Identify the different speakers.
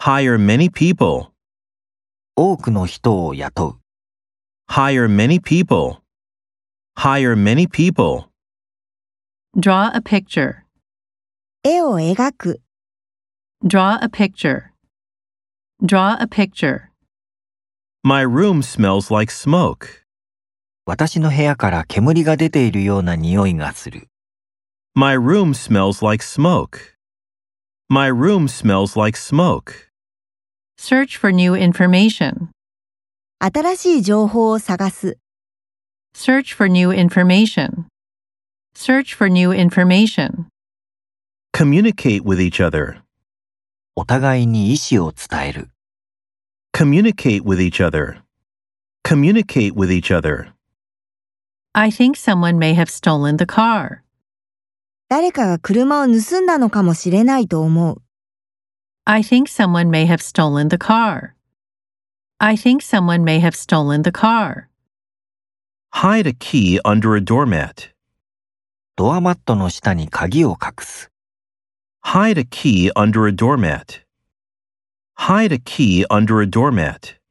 Speaker 1: hire many people,
Speaker 2: 多くの人を雇う。
Speaker 1: hire many people, hire many people,
Speaker 3: Draw a picture.
Speaker 4: 絵を描く、
Speaker 3: Draw a picture. Draw a picture.
Speaker 1: my room smells like smoke,
Speaker 2: 私の部屋から煙が出ているような匂いがする。
Speaker 1: my room smells like smoke, my room smells like smoke,
Speaker 3: Search for new information.
Speaker 4: 新しい情報を探す、
Speaker 3: Search for new information. Search for new information.
Speaker 1: communicate with each other,
Speaker 2: お互いに意思を伝える。
Speaker 1: communicate with each other, communicate with each other.
Speaker 3: I think someone may have stolen the car.
Speaker 4: 誰かが車を盗んだのかもしれないと思う。
Speaker 3: I think someone may have stolen the car. I think someone may have stolen the car.
Speaker 1: Hide a key under a doormat,
Speaker 2: ドアマットの下に鍵を隠す。
Speaker 1: hide a key under a doormat, hide a key under a doormat.